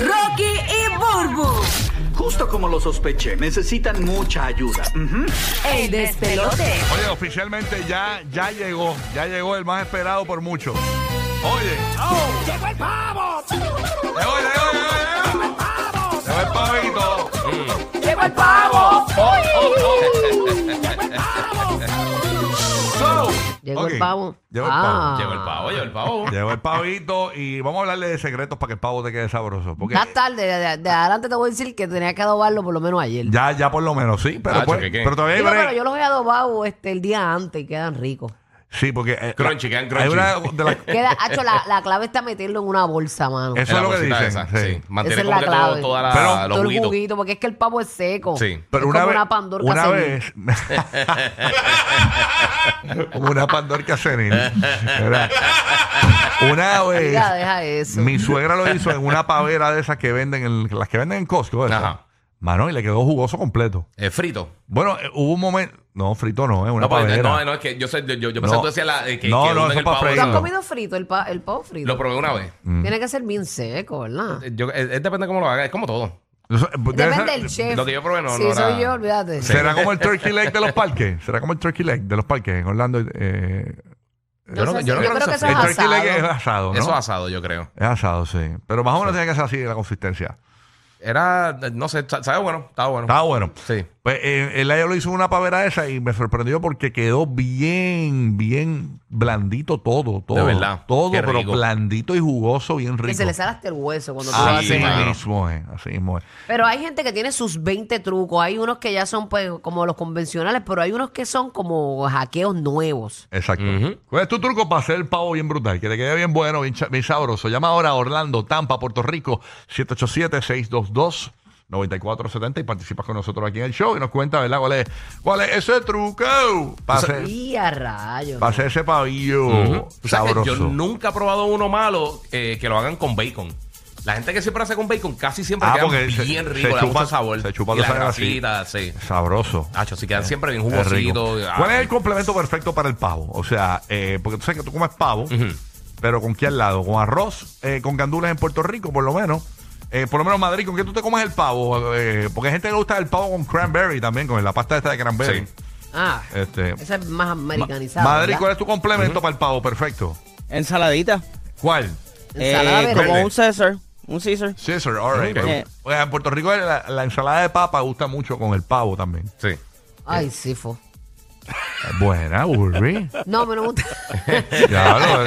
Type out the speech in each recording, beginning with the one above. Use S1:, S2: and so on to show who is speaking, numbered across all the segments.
S1: Rocky y Burbu,
S2: Justo como lo sospeché, necesitan mucha ayuda. Ujú.
S1: el despelote.
S3: Oye, oficialmente ya, ya llegó, ya llegó el más esperado por muchos. Oye. ¡Llegó el pavo! ¡Llegó, llegó, el pavito!
S1: ¡Llegó el pavo!
S3: So,
S4: Llegó
S3: ok,
S4: el pavo.
S3: Llegó el
S4: Ah.
S3: pavo.
S5: Llegó el pavo, llegó el pavo.
S3: Llegó el pavito y vamos a hablarle de secretos para que el pavo te quede sabroso. Porque
S4: Más tarde, de, de- de adelante te voy a decir que tenía que adobarlo por lo menos ayer.
S3: ya, ya por lo menos, sí, pero,
S5: Nacho,
S3: pues-
S5: Ah, ¿qué, qué?
S3: pero todavía hay
S4: Digo,
S3: break.
S4: pero yo los he adobado este, el día antes y quedan ricos.
S3: Sí, porque. eh,
S5: Crunchy, quedan crunchy.
S3: hay una de las-
S4: Queda, hacho, la, la clave está meterlo en una bolsa, mano.
S3: eso es lo que dicen. sí.
S4: Esa
S5: Mantiene
S4: es la
S5: como que todo-
S4: clave.
S5: toda la,
S3: Pero-
S5: los
S4: Todo el
S5: juguitos.
S4: juguito, porque es que el pavo es seco.
S5: Sí.
S3: Pero
S4: Es
S3: una
S4: como
S3: vez.
S4: una pandorca
S3: una
S4: senil.
S3: vez. como una pandorca senil. Era- Una vez.
S4: Mira, deja eso.
S3: Mi suegra lo hizo en una pavera de esas que venden, en, las que venden en Costco. esas.
S5: Ajá.
S3: Mano, y le quedó jugoso completo.
S5: Es frito.
S3: Bueno, eh, hubo un momento. No, frito no, es una
S5: No, pues,
S3: pavera.
S5: no, no, es que yo, sé, yo, yo pensé
S3: No.
S5: que tú decías la, eh, que,
S3: No,
S5: que
S3: no,
S5: hunden
S3: eso
S5: el
S3: pa'
S5: pavo.
S4: ¿Tú has
S3: freír.
S4: comido frito, el, pa- el pavo frito?
S5: Lo probé una vez.
S3: Mm.
S4: Tiene que ser bien seco, ¿verdad?
S5: Eh, Yo, es, es depende cómo lo hagas, es como todo.
S3: Eso, eh, debe
S4: Depende
S3: ser-
S4: del chef.
S5: lo que yo probé no-
S4: Sí,
S5: no era-
S4: soy yo, olvídate.
S3: ¿Será como el turkey leg de los parques? ¿Será como el turkey leg de los parques en Orlando? Eh,
S4: Yo,
S5: no-
S4: sé,
S5: yo no
S4: yo creo
S5: creo que
S4: que eso
S5: sea-
S4: es
S3: el turkey
S4: asado.
S3: leg es asado, ¿no?
S5: Eso asado, yo creo.
S3: Es asado, sí. Pero más o menos tiene que ser así la consistencia.
S5: Era, eh, no sé, sa- sabe bueno, estaba bueno.
S3: Estaba Ah, bueno.
S5: Sí.
S3: Pues eh, él ayer lo hizo en una pavera esa y me sorprendió porque quedó bien, bien blandito todo, todo.
S5: De verdad.
S3: Todo,
S5: Qué
S3: pero
S5: rico.
S3: blandito y jugoso, bien rico. Ah,
S4: Que se le sale hasta el hueso cuando tú lo
S3: Así
S4: haces.
S5: mano.
S3: mismo es, así mismo es.
S4: Pero hay gente que tiene sus 20 trucos. Hay unos que ya son pues, como los convencionales, pero hay unos que son como hackeos nuevos.
S3: Exacto. ¿Cuál es tu truco para hacer el pavo bien brutal? Que te quede bien bueno, bien, cha- bien sabroso. Llama ahora a Orlando, Tampa, Puerto Rico, 787-622-9470 y participas con nosotros aquí en el show y nos cuenta, ¿verdad? ¿Cuál es, cuál es ese truco para hacer,
S4: Y a rayos.
S3: para hacer ese pavillo
S5: O sea, que
S3: sabroso?
S5: yo nunca he probado uno malo eh, que lo hagan con bacon. La gente que siempre hace con bacon casi siempre
S3: Ah,
S5: quedan
S3: porque se-
S5: bien
S3: se
S5: rico, le da mucho
S3: chupa-
S5: sabor.
S3: se chupa
S5: y
S3: los
S5: las
S3: sabores así.
S5: grasitas, sí.
S3: Sabroso.
S5: Hacho, sí quedan siempre bien
S3: Es rico.
S5: jugositos.
S3: ¿Cuál es el complemento perfecto para el pavo? O sea, eh, porque tú sabes que tú comes pavo, pero ¿con qué al lado? ¿Con arroz? eh, ¿Con gandules en Puerto Rico, por lo menos? Eh, por lo menos Madrid, ¿con qué tú te comes el pavo? Eh, porque hay gente que le gusta el pavo con cranberry también, con la pasta esta de cranberry.
S5: Sí.
S4: Ah,
S3: Este,
S4: esa es más americanizada.
S3: Madrid,
S4: ¿verdad?
S3: ¿cuál es tu complemento para el pavo perfecto?
S6: Ensaladita.
S3: ¿Cuál?
S4: Ensalada
S6: Eh,
S4: verde.
S6: como un César. Un César.
S3: Caesar, all right.
S5: Ok.
S3: Pero, o sea, en Puerto Rico la, la ensalada de papa gusta mucho con el pavo también.
S5: Sí.
S4: Ay, sí, fo.
S3: Buena, Burry.
S4: No, me no gusta.
S3: Ya lo-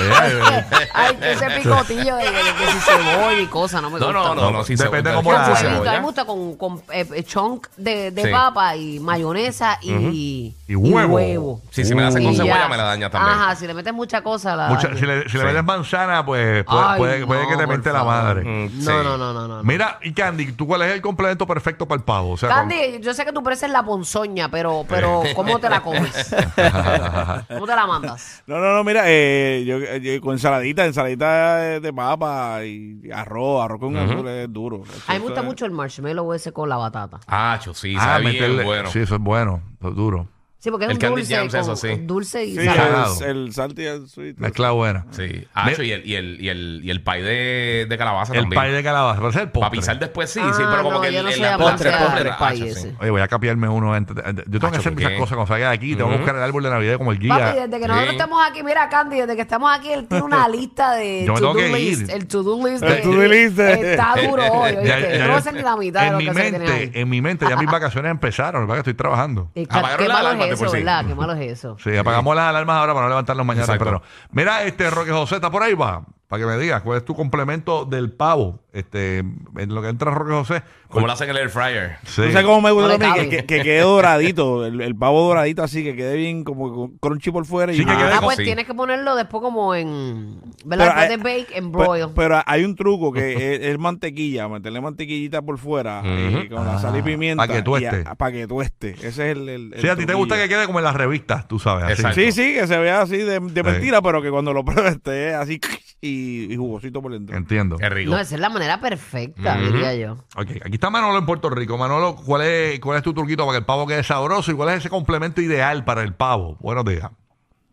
S3: Eh,
S4: Ay, que ese picotillo de, de, de si cebolla y cosas, no me
S5: No,
S4: gusta.
S5: no, no, no, sí,
S3: Depende
S5: seguro.
S3: cómo
S4: Con
S3: la
S5: Con
S3: hagas.
S4: huevito, a mí
S5: Ah, cebolla.
S4: me gusta con, con eh, eh, chunk de, de
S5: Sí.
S4: papa y mayonesa y,
S3: Y huevo.
S5: Sí, si me la hacen con
S4: Y
S5: cebolla
S4: ya.
S5: me la daña también.
S4: Ajá, si le metes mucha cosa la
S3: Mucha-
S4: daña.
S3: si le, si le
S5: Sí.
S3: metes manzana, pues puede,
S4: Ay,
S3: puede- puede
S4: no,
S3: que te
S4: por
S3: mente la
S4: favor.
S3: madre.
S5: Mm,
S4: No,
S5: sí.
S4: no, no, no, no.
S3: Mira, y Candy, ¿tú cuál es el complemento perfecto para el pavo? O sea, con-
S4: Candy, yo sé que tú pareces la ponzoña, pero, pero ¿cómo te la comes? ¿Cómo te la mandas?
S6: No, no, no, mira, eh, yo, yo con ensaladita, ensaladita de, de papa y arroz, arroz con gandules es duro.
S4: A mí me gusta mucho el marshmallow ese con la batata.
S5: Hacho, sí,
S3: Ah,
S5: sabe bien
S3: meterle-
S5: bueno.
S3: Sí, eso es bueno, eso es duro.
S4: Sí, porque es
S5: El
S4: un
S5: candy
S4: dulce.
S5: jams,
S4: con-
S5: eso sí.
S4: Dulce y
S6: Sí,
S4: salado.
S3: salado.
S6: el, el salty and sweet.
S3: Mezcla buena.
S5: Sí. Hacho, y el, y el, y el, y el pie de, de calabaza
S3: El
S5: también.
S3: pay de calabaza. Pero ese es el
S5: Para
S3: postre.
S5: pisar después sí,
S4: Ah,
S5: sí, pero como
S4: no,
S5: que el,
S4: yo no
S5: el-
S4: soy
S5: la
S4: amante
S5: postre,
S4: de
S5: postre,
S4: los pie
S5: hacho, sí.
S4: ese.
S3: Oye, voy a capiarme uno. antes de- antes- Yo tengo que
S5: Macho,
S3: hacer
S5: ¿qué?
S3: muchas cosas cuando salga de aquí. Tengo que buscar el árbol de Navidad como el guía. Eh,
S4: Papi, desde que nosotros
S5: Sí.
S4: estamos aquí, mira, Candy, desde que estamos aquí, él tiene una lista de
S3: Yo me tengo
S4: to-do
S3: que ir.
S4: list. El to-do list.
S6: El
S4: de-
S6: to-do list de-
S4: Está duro hoy,
S5: Ya-
S4: oíste.
S3: Ya- ya-
S4: no va a ser ni la mitad de
S3: en
S4: lo
S3: mi
S4: que se tenía ahí.
S3: mente, en mi mente ya mis vacaciones empezaron, lo que pasa es que estoy trabajando.
S4: Eh, ca-
S5: Apagaron
S4: Qué
S5: Ah, la
S4: malo
S5: alarma de
S4: es
S5: por
S4: eso,
S5: sí.
S4: ¿verdad? Qué malo es eso.
S3: Sí, apagamos las alarmas ahora para no levantarnos mañana
S5: Exacto.
S3: temprano. Mira, este Roque José está por ahí, va. Para que me digas, ¿cuál es tu complemento del pavo? Este, en lo que entra Roque José. pues,
S5: Como lo hacen en el air fryer.
S3: Sí.
S6: ¿Tú sabes cómo me gusta
S4: No le
S6: a mí?
S4: cabe.
S6: Que, que- que quede doradito, el, el pavo doradito así, que quede bien como con- crunchy por fuera.
S3: Sí,
S6: y
S3: que quede-
S4: Ah,
S5: Eso
S4: pues
S5: sí.
S4: tienes que ponerlo después como en... ¿Verdad? Después
S7: eh,
S4: de
S6: hay-
S4: bake, en
S7: pues,
S6: pe-
S4: broil.
S6: pero hay un truco que es, es mantequilla, meterle mantequillita por fuera eh, con la
S4: Ah.
S6: sal y pimienta.
S3: pa' que tueste.
S6: Para que tueste. Ese es el. el- el
S3: Sí, a ti te gusta que
S6: truquillo.
S3: quede como en las revistas, tú sabes. así.
S5: Exacto.
S6: Sí, sí, que se vea así de,
S3: Sí.
S6: de mentira, pero que cuando lo pruebes esté así y, y jugosito por dentro.
S3: Entiendo.
S5: Qué rico.
S4: No, esa es la manera perfecta, diría yo.
S3: Ok, aquí está Manolo en Puerto Rico. Manolo, ¿cuál es, ¿cuál es tu truquito para que el pavo quede sabroso y cuál es ese complemento ideal para el pavo? Buenos días.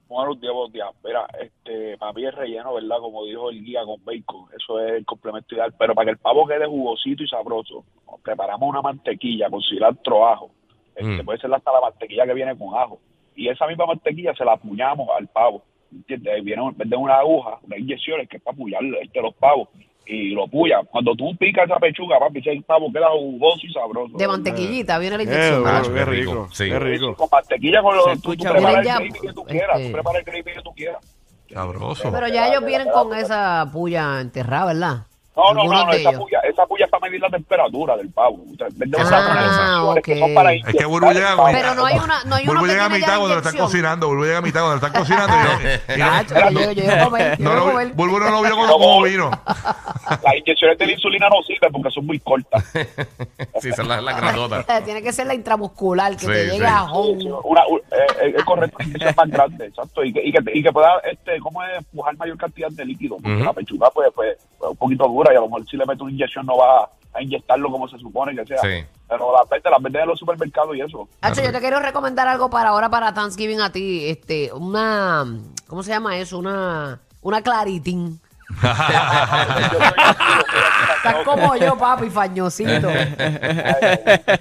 S7: Buenos días, buenos días. Mira, este, para mí es relleno, ¿verdad? Como dijo el guía con bacon. Eso es el complemento ideal. Pero para que el pavo quede jugosito y sabroso, nos preparamos una mantequilla con cilantro ajo. Este,
S5: Mm.
S7: Puede ser hasta la mantequilla que viene con ajo. Y esa misma mantequilla se la apuñamos al pavo. ¿Entiendes? Ahí Viene, venden una aguja, unas inyecciones que es para apuñar este, los pavos. Y lo puya. Cuando tú picas esa pechuga, papi, ese pavo queda jugoso y sabroso.
S4: De mantequillita viene la
S6: Eh,
S4: inyección.
S6: bueno,
S5: Nacho,
S6: qué
S5: qué
S6: rico,
S5: rico. Sí.
S6: qué
S7: Eso,
S6: rico.
S7: Con mantequilla, con
S6: Se
S7: los, tú, tú
S6: escucha
S7: preparas
S4: bien.
S7: el gravy que tú quieras.
S4: Este-
S7: Tú preparas el gravy que tú quieras.
S3: Sabroso.
S4: Pero ya ellos vienen con esa puya enterrada, ¿verdad?
S7: No, no,
S4: Algunos
S7: no, no,
S4: de
S7: esa
S4: ellos.
S7: puya, esa puya es para medir la temperatura del pavo. O sea, venden
S5: Ah,
S7: unas aplicaciones que son para
S4: ok.
S3: Es que Burbu llega con-
S4: Pero no hay una, no hay uno
S3: Burbu
S4: que
S3: llega a
S4: tiene ya
S3: mitad cuando lo están
S4: inyección.
S3: cocinando. Burbu llega a mitad cuando lo están cocinando. y no- y no-
S4: Nacho, yo- yo- yo voy a comer, yo
S3: no
S4: voy a
S3: lo-
S4: comer.
S3: Burbu no lo vio como, como vino.
S7: Las inyecciones de la insulina no sirven porque son muy cortas.
S5: Sí, esa es la, la grandota.
S4: Tiene que ser la intramuscular que
S5: Sí,
S4: te
S5: sí.
S4: llegue a home.
S7: Una, u- eh, eh, es correcto, una inyección más grande, exacto. Y que, y que, y que pueda, este, ¿cómo es? Empujar mayor cantidad de líquido. Porque
S5: Ujú.
S7: la pechuga, pues, pues, es un poquito dura y a lo mejor si le metes una inyección no va a inyectarlo como se supone que sea.
S5: Sí.
S7: Pero las venden, las venden en los supermercados y eso.
S4: Nacho, yo te quiero recomendar algo para ahora para Thanksgiving a ti, este, una ¿cómo se llama eso? Una una claritín. Estás como yo, papi, fañosito.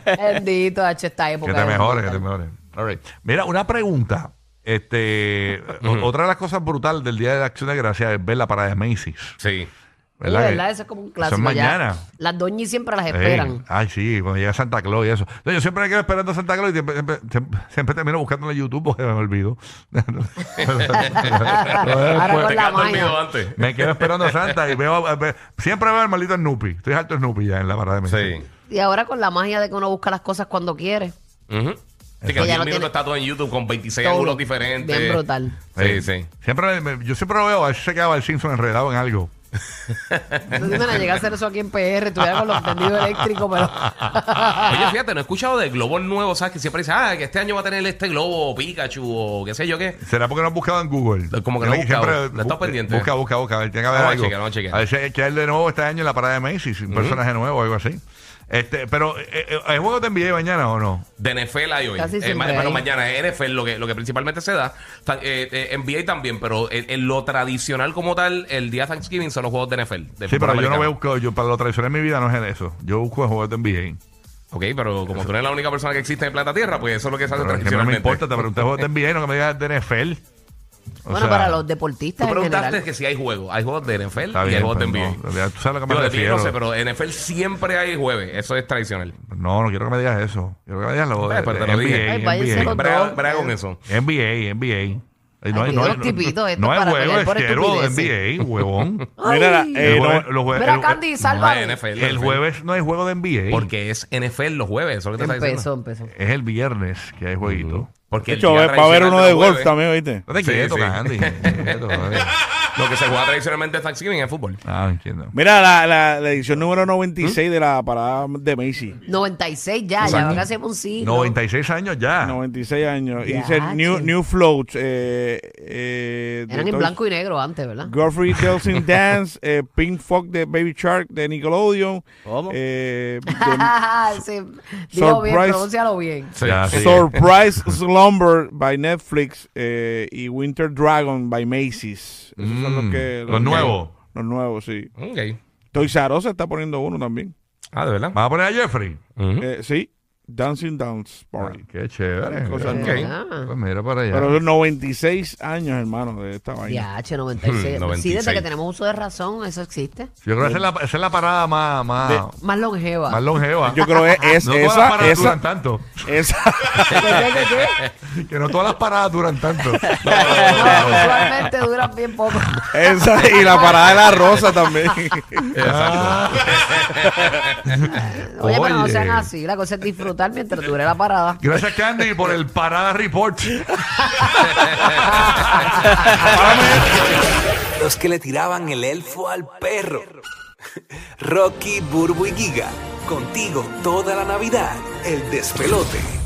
S4: Bendito, Nacho, esta época.
S3: Que te
S4: es
S3: mejore, que
S4: brutal.
S3: te mejore. All right. Mira, una pregunta. Este, o- otra de las cosas brutales del Día de la Acción de Gracias es ver la parada de Macy's.
S5: Sí.
S4: Sí,
S3: que-
S4: ¿verdad? Eso es como un clásico.
S3: Eso es
S4: ya.
S3: mañana.
S4: Las doñis siempre las
S3: Sí.
S4: esperan.
S3: Ay, sí, cuando llega Santa Claus y eso. No, Yo siempre me quedo esperando a Santa Claus y siempre, siempre, siempre- siempre termino buscándolo en YouTube porque me olvido.
S4: Ahora con la
S5: Pecando el
S4: maña.
S5: video antes.
S3: me quedo esperando a Santa y veo, eh, ve- siempre veo al maldito Snoopy. Estoy harto de Snoopy ya en la parada de Macy's.
S5: Sí.
S4: Y ahora con la magia de que uno busca las cosas cuando quiere.
S5: Ujú. Sí, que
S4: Ella
S5: en 10
S4: lo
S5: minutos
S4: tiene-
S5: está todo en YouTube con 26
S4: Todo.
S5: ángulos diferentes.
S4: Bien brutal.
S5: Sí, sí.
S3: Siempre me- me- yo siempre lo veo, a él se quedaba el Simpson enredado en algo.
S4: Tú dime, llegué a hacer eso aquí en PR, estuviera con los tendidos eléctricos, pero.
S5: Oye, fíjate, no he escuchado de globos nuevos, ¿sabes? Que siempre dicen, ah, que este año va a tener este globo o Pikachu o qué sé yo qué.
S3: ¿Será porque no has buscado en Google?
S5: Como que no he
S3: Tiene
S5: buscado.
S3: siempre
S5: No estás
S3: bu-
S5: pendiente.
S3: Busca, busca, busca. A ver, tiene que haber
S5: Vamos a
S3: algo.
S5: chequear, vamos a chequear.
S3: ver si hay que hay de nuevo este año en la parada de Macy's, un personaje nuevo o algo así. Este, pero, eh, eh, ¿hay juego de NBA mañana o no?
S5: De NFL hay hoy.
S4: Casi
S5: Eh,
S4: siempre
S5: ma- pero
S4: hay.
S5: mañana es NFL lo que, lo que principalmente se da. Ta- eh, eh, NBA también, pero en, en lo tradicional como tal, el día Thanksgiving son los juegos de NFL. de
S3: Sí,
S5: fútbol
S3: pero yo no
S5: americano.
S3: voy a buscar, yo para lo tradicional de mi vida no es en eso. Yo busco juegos de NBA.
S5: Ok, pero como tú no eres la única persona que existe en el planeta Tierra, pues eso es lo que se hace
S3: Pero es que no me
S5: tradicionalmente.
S3: importa, te pregunté juegos de NBA, no que me digas de NFL. O
S4: bueno,
S3: sea,
S4: para los
S5: Tú
S4: deportistas en
S5: preguntaste
S4: general.
S5: que si hay juegos. Hay juegos de NFL
S3: Está
S5: y
S3: bien,
S5: hay juegos
S3: pues,
S5: de NBA.
S3: no. Ya tú sabes a lo que me
S5: Digo, de NBA
S3: refiero.
S5: no sé, pero en NFL siempre hay jueves. Eso es tradicional.
S3: No, no quiero que me digas eso. Quiero que me digas lo de,
S5: Eh, pero te lo
S3: NBA.
S5: dije.
S4: Ay, váyanse
S3: NBA.
S4: los
S5: Braga
S4: dos.
S5: braga con eso.
S3: NBA, NBA. Ay,
S4: Ay, cuidado los tipitos estos
S3: no hay
S4: para
S3: juego,
S4: pelear
S3: es
S4: por
S3: ciervo de
S4: estupideces.
S3: NBA, huevón.
S6: Mira, eh,
S3: El
S6: no-
S3: jue- los jue-
S4: Mira,
S3: el-
S4: Candy,
S5: No hay
S4: sálvame.
S5: NFL.
S3: el,
S5: NFL.
S3: jueves no hay juego de NBA.
S5: Porque es NFL los jueves. Eso es lo que te está
S4: Empezó,
S5: diciendo.
S4: empezó.
S3: es el viernes que hay jueguito.
S5: Porque
S6: De
S5: el
S6: hecho,
S5: día
S6: va va a haber
S5: tradicional
S6: uno
S5: de
S6: de
S5: los
S6: golf
S5: jueves-
S6: también, ¿oíste?
S3: No te
S5: Sí,
S3: quieto,
S5: sí.
S3: Candy. no te quieto, vale.
S5: Lo que se juega tradicionalmente en Thanksgiving es fútbol.
S3: Ah, entiendo.
S6: Mira, la, la, la edición
S5: ¿Mm?
S6: número 96 de la parada de Macy.
S4: 96 ya, ya van a ser un siglo.
S3: 96 años
S5: Ah.
S3: ya.
S6: 96 años. Y
S4: Ya,
S6: dice New,
S4: che.
S6: New Float. Eh, eh,
S4: Eran
S6: de
S4: en
S6: Toy-
S4: blanco y negro antes, ¿verdad?
S6: Godfrey Tells in Dance, eh, Pink Fox de Baby Shark de Nickelodeon.
S8: ¿Cómo?
S6: eh,
S4: sí. Digo bien,
S6: Surprise.
S4: pronúncialo bien.
S5: Sí.
S3: Ya,
S6: de
S3: sí.
S6: Surprise Slumber by Netflix eh, y Winter Dragon by Macy's. Esos son los
S3: Mm,
S6: que.
S3: los nuevos.
S6: que- Los nuevos, sí.
S5: Ok.
S6: Toy Saro se está poniendo uno también.
S5: Ah, de verdad.
S3: ¿Vas a poner a Jeffrey?
S5: Ujú.
S6: Eh, sí, Dancing Dance Party.
S3: Ah, Qué chévere.
S6: Cosas
S3: Ok.
S4: nuevas.
S3: Pues mira para allá.
S6: Pero son 96 años, hermano, de esta vaina.
S4: Ya, che, 96.
S3: Hmm,
S4: Sí,
S5: 96.
S4: desde que tenemos uso de razón, eso existe.
S3: Yo creo que esa es la, esa es la parada más, más,
S4: Más longeva.
S3: más longeva.
S6: Yo creo que es
S3: no todas las
S6: esa,
S3: paradas duran
S6: esa,
S3: tanto.
S6: esa.
S3: Que no todas las paradas duran tanto.
S4: No, usualmente duran bien poco.
S6: Esa y la parada de la rosa también.
S3: Ah.
S4: Oye, pero no
S3: Oye.
S4: sean así. La cosa es disfrutar mientras dure la parada.
S3: Gracias, Candy, por el parada report.
S8: Los que le tiraban el elfo al perro. Rocky, Burbu y Giga. Contigo toda la Navidad. El despelote.